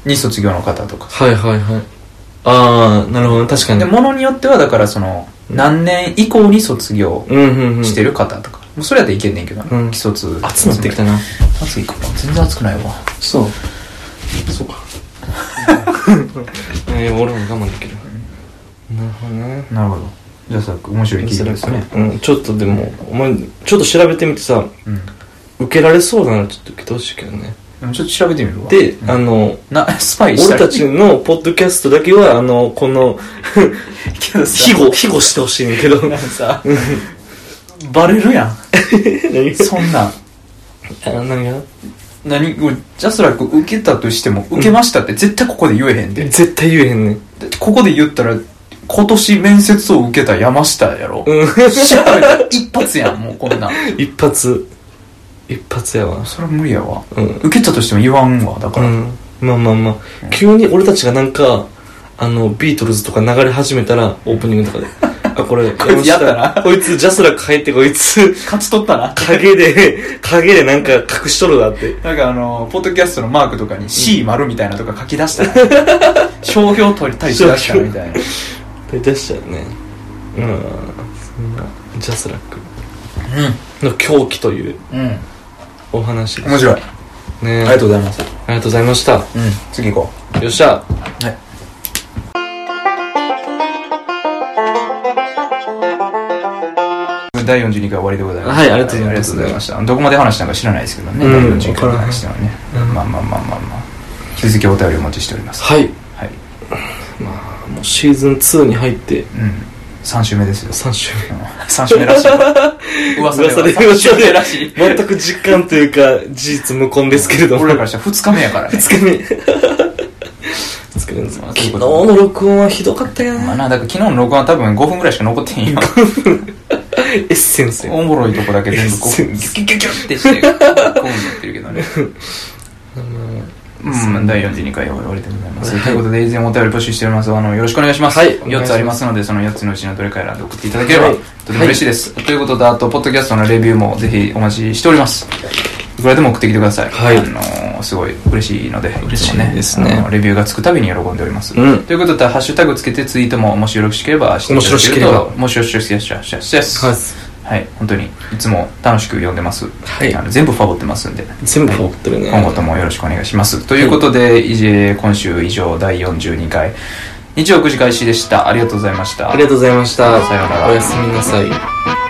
Speaker 1: に卒業の方とか
Speaker 2: はいはいはいああなるほど確かに
Speaker 1: でものによってはだからその
Speaker 2: うん
Speaker 1: 何年以降に卒業
Speaker 2: うんうんうん
Speaker 1: してる方とか、もうそれやったらいけんねんけどね、
Speaker 2: うん
Speaker 1: 既卒
Speaker 2: 熱なってきたな
Speaker 1: 暑いかな全然暑くないわ
Speaker 2: そうそうか えー、俺も我慢できるなるほどね
Speaker 1: なるほどじゃあさ面白い企業ですね
Speaker 2: うん、ちょっとでもお前ちょっと調べてみてさ
Speaker 1: うん
Speaker 2: 受けられそうならちょっと受けてほしいけどね
Speaker 1: でもちょっと調べてみるわ
Speaker 2: で、
Speaker 1: うん
Speaker 2: あの
Speaker 1: なスパイした
Speaker 2: 俺
Speaker 1: ら
Speaker 2: たちのポッドキャストだけはあのこの
Speaker 1: けどさ
Speaker 2: 庇護 庇護してほしいね んけど
Speaker 1: なんか さバレるやん
Speaker 2: 何
Speaker 1: そんなん
Speaker 2: があ何が
Speaker 1: 何もうジャスラック受けたとしても受けましたって絶対ここで言えへんで、
Speaker 2: 絶対言えへんねん
Speaker 1: だってここで言ったら今年面接を受けた山下やろ、
Speaker 2: うん
Speaker 1: 調べたら一発やんもうこんなん
Speaker 2: 一発一発やわ
Speaker 1: それは無理やわ
Speaker 2: うん
Speaker 1: 受けたとしても言わんわだか
Speaker 2: う
Speaker 1: ら、
Speaker 2: ん、まあまあまあ、 急に俺たちがなんかあのビートルズとか流れ始めたらオープニングとかであ、これ、
Speaker 1: こいつやったな
Speaker 2: 山下こいつジャスラック入って、こいつ、
Speaker 1: 勝ち取ったな。
Speaker 2: 影で、影でなんか隠しとるだって。
Speaker 1: なんかあの、ポッドキャストのマークとかに C 丸みたいなとか書き出した ら、商標取りたりしだしたらみたいな。
Speaker 2: 出てしたよね。うん。そんな、ジャスラックの狂気という
Speaker 1: うん。うん。
Speaker 2: お話です。
Speaker 1: 面白い。
Speaker 2: ね
Speaker 1: あ
Speaker 2: あ
Speaker 1: り
Speaker 2: り
Speaker 1: がとうございます。
Speaker 2: がとうございました。よ
Speaker 1: うん。次行こ
Speaker 2: っしゃ。
Speaker 1: う。はい。第42回終わりでございます。
Speaker 2: はいありがとうございま
Speaker 1: ありがと
Speaker 2: す
Speaker 1: うございました。どこまで話したのか知らないですけどね。
Speaker 2: う
Speaker 1: 第
Speaker 2: ん
Speaker 1: 42回の話したのはね
Speaker 2: わからん。
Speaker 1: まあまあまあまあまあ。引き続きお便りお待ちしております。
Speaker 2: はい。
Speaker 1: はい。
Speaker 2: まあ、もうシーズン2に入って
Speaker 1: うん。3週目ですよ。
Speaker 2: 3週目。
Speaker 1: 3週目らしい。 噂では
Speaker 2: 噂で
Speaker 1: 3週目らしい。
Speaker 2: 全く実感というか、事実無根ですけれども。
Speaker 1: 俺らからしたら2日目やからね。
Speaker 2: 2日目。2日目です。
Speaker 1: まあそういう
Speaker 2: 昨日
Speaker 1: こと
Speaker 2: の録音はひどかったよ
Speaker 1: まあ
Speaker 2: な。
Speaker 1: な、だから昨日の録音は多分5分ぐらいしか残ってんよ。
Speaker 2: エッセンスよ
Speaker 1: おもろいとこだけ全部こう、ギュッギュッギュッギュッってして、こうなってるけどね。うん、第42回終わりでございます。
Speaker 2: はい
Speaker 1: ということで、以前お便り募集しております。あの、よろしくお願いします。
Speaker 2: はい
Speaker 1: 4つありますので、その4つのうちのどれか選んで送っていただければ、
Speaker 2: はい
Speaker 1: とても嬉しいです。ということで、あと、ポッドキャストのレビューもぜひお待ちしております。いくらでも送ってきてください。
Speaker 2: はい
Speaker 1: あのーすごい嬉しいので、
Speaker 2: 嬉しい
Speaker 1: つも
Speaker 2: ですね
Speaker 1: あのレビューがつくたびに喜んでおります。
Speaker 2: うん
Speaker 1: ということで、ハッシュタグつけてツイートも、もしよろしければしていただけると、
Speaker 2: もしよろし
Speaker 1: もしよ
Speaker 2: ければ
Speaker 1: ろしければ、よしよしよしよし
Speaker 2: はい
Speaker 1: はい、本当に、いつも楽しく読んでます。
Speaker 2: はい
Speaker 1: あの全部ファボってますんで。
Speaker 2: 全部持ってるね。
Speaker 1: 今後ともよろしくお願いします。ということで、以上今週以上第42回、日曜9時開始でした。ありがとうございました
Speaker 2: あ。りがとうございました。
Speaker 1: さようなら
Speaker 2: おやすみなさい。